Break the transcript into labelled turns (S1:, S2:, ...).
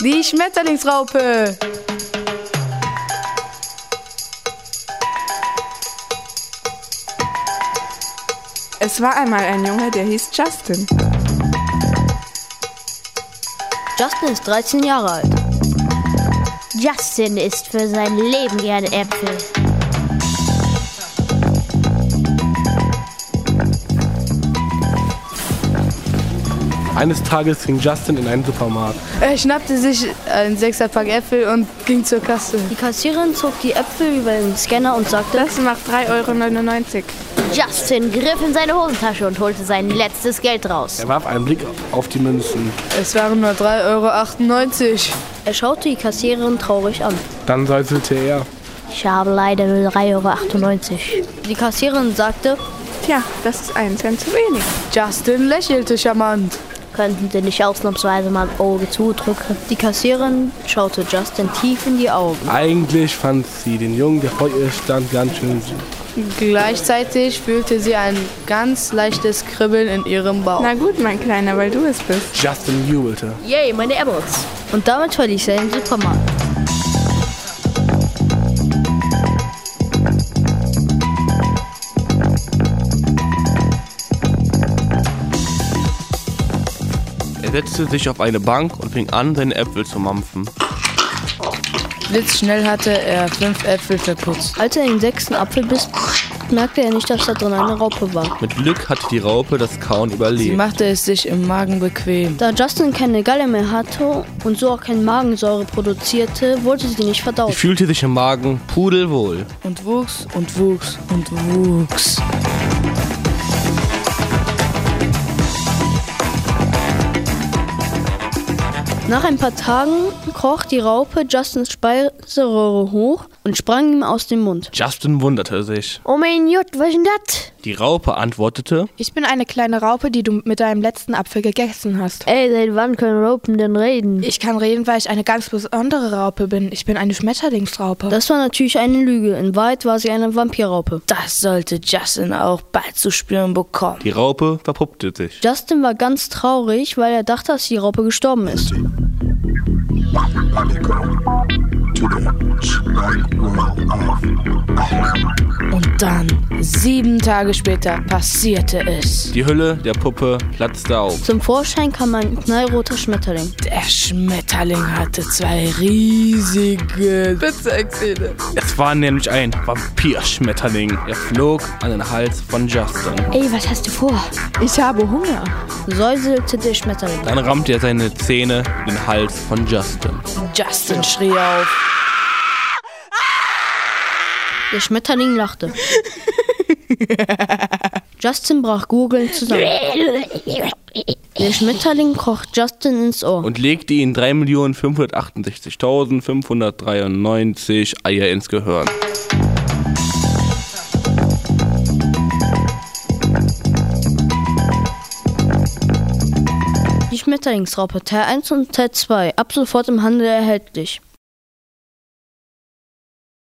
S1: Die Schmetterlingsraupe. Es war einmal ein Junge, der hieß Justin.
S2: Justin ist 13 Jahre alt.
S3: Justin isst für sein Leben gerne Äpfel.
S4: Eines Tages ging Justin in einen Supermarkt.
S1: Er schnappte sich ein Sechserpack Äpfel und ging zur Kasse.
S2: Die Kassiererin zog die Äpfel über den Scanner und sagte,
S1: Das macht 3,99 Euro.
S3: Justin griff in seine Hosentasche und holte sein letztes Geld raus.
S4: Er warf einen Blick auf die Münzen.
S1: Es waren nur 3,98 Euro.
S2: er schaute die Kassiererin traurig an.
S4: Dann säuselte er.
S3: Ich habe leider nur 3,98 Euro.
S2: Die Kassiererin sagte,
S1: Tja, das ist ein Cent zu wenig. Justin lächelte charmant.
S3: Könnten Sie nicht ausnahmsweise mal ein Auge zudrücken?
S2: die Kassiererin schaute Justin tief in die Augen.
S4: Eigentlich fand sie den Jungen, der vor ihr stand, ganz schön süß.
S1: Gleichzeitig fühlte sie ein ganz leichtes Kribbeln in ihrem Bauch. Na gut, mein Kleiner, weil du es bist.
S4: Justin jubelte.
S2: Yay, meine Emeralds. Und damit verließ er den Supermarkt.
S5: Er setzte sich auf eine Bank und fing an, seine Äpfel zu mampfen.
S1: Blitzschnell hatte er fünf Äpfel verputzt.
S2: Als er den sechsten Apfel biss, merkte er nicht, dass da drin eine Raupe war.
S5: Mit Glück hatte die Raupe das Kauen
S6: Sie
S5: überlebt.
S6: machte es sich im Magen bequem.
S2: Da Justin keine Galle mehr hatte und so auch keine Magensäure produzierte, wurde sie nicht
S5: Sie
S2: verdaut.
S5: fühlte sich im Magen pudelwohl.
S6: Und wuchs und wuchs und wuchs.
S2: Nach ein paar Tagen kroch die Raupe Justins Speiseröhre hoch und sprang ihm aus dem Mund.
S5: Justin wunderte sich.
S3: Oh mein Gott, was ist denn das?
S5: Die Raupe antwortete,
S7: Ich bin eine kleine Raupe, die du mit deinem letzten Apfel gegessen hast.
S3: Ey, seit wann können Raupen denn reden?
S7: Ich kann reden, weil ich eine ganz besondere Raupe bin. Ich bin eine Schmetterlingsraupe.
S2: Das war natürlich eine Lüge. In Wahrheit war sie eine Vampirraupe.
S6: Das sollte Justin auch bald zu spüren bekommen.
S5: die Raupe verpuppte sich.
S2: Justin war ganz traurig, weil er dachte, dass die Raupe gestorben ist.
S6: Und dann, sieben Tage später, passierte es.
S5: Die Hülle der Puppe platzte auf.
S2: Zum Vorschein kam ein knallroter Schmetterling.
S6: Der Schmetterling hatte zwei riesige
S5: Es war nämlich ein Vampirschmetterling. Er flog an den Hals von Justin.
S3: Ey, was hast du vor?
S7: Ich habe Hunger.
S2: Säuselte der Schmetterling.
S5: Dann rammte er seine Zähne in den Hals von Justin.
S6: Justin schrie auf.
S2: Der Schmetterling lachte. Justin brach gurgelnd zusammen. Der Schmetterling kroch Justin ins Ohr.
S5: Und legte ihn 3.568.593 Eier ins Gehirn.
S2: Die Schmetterlingsraupe Teil 1 und Teil 2 ab sofort im Handel erhältlich.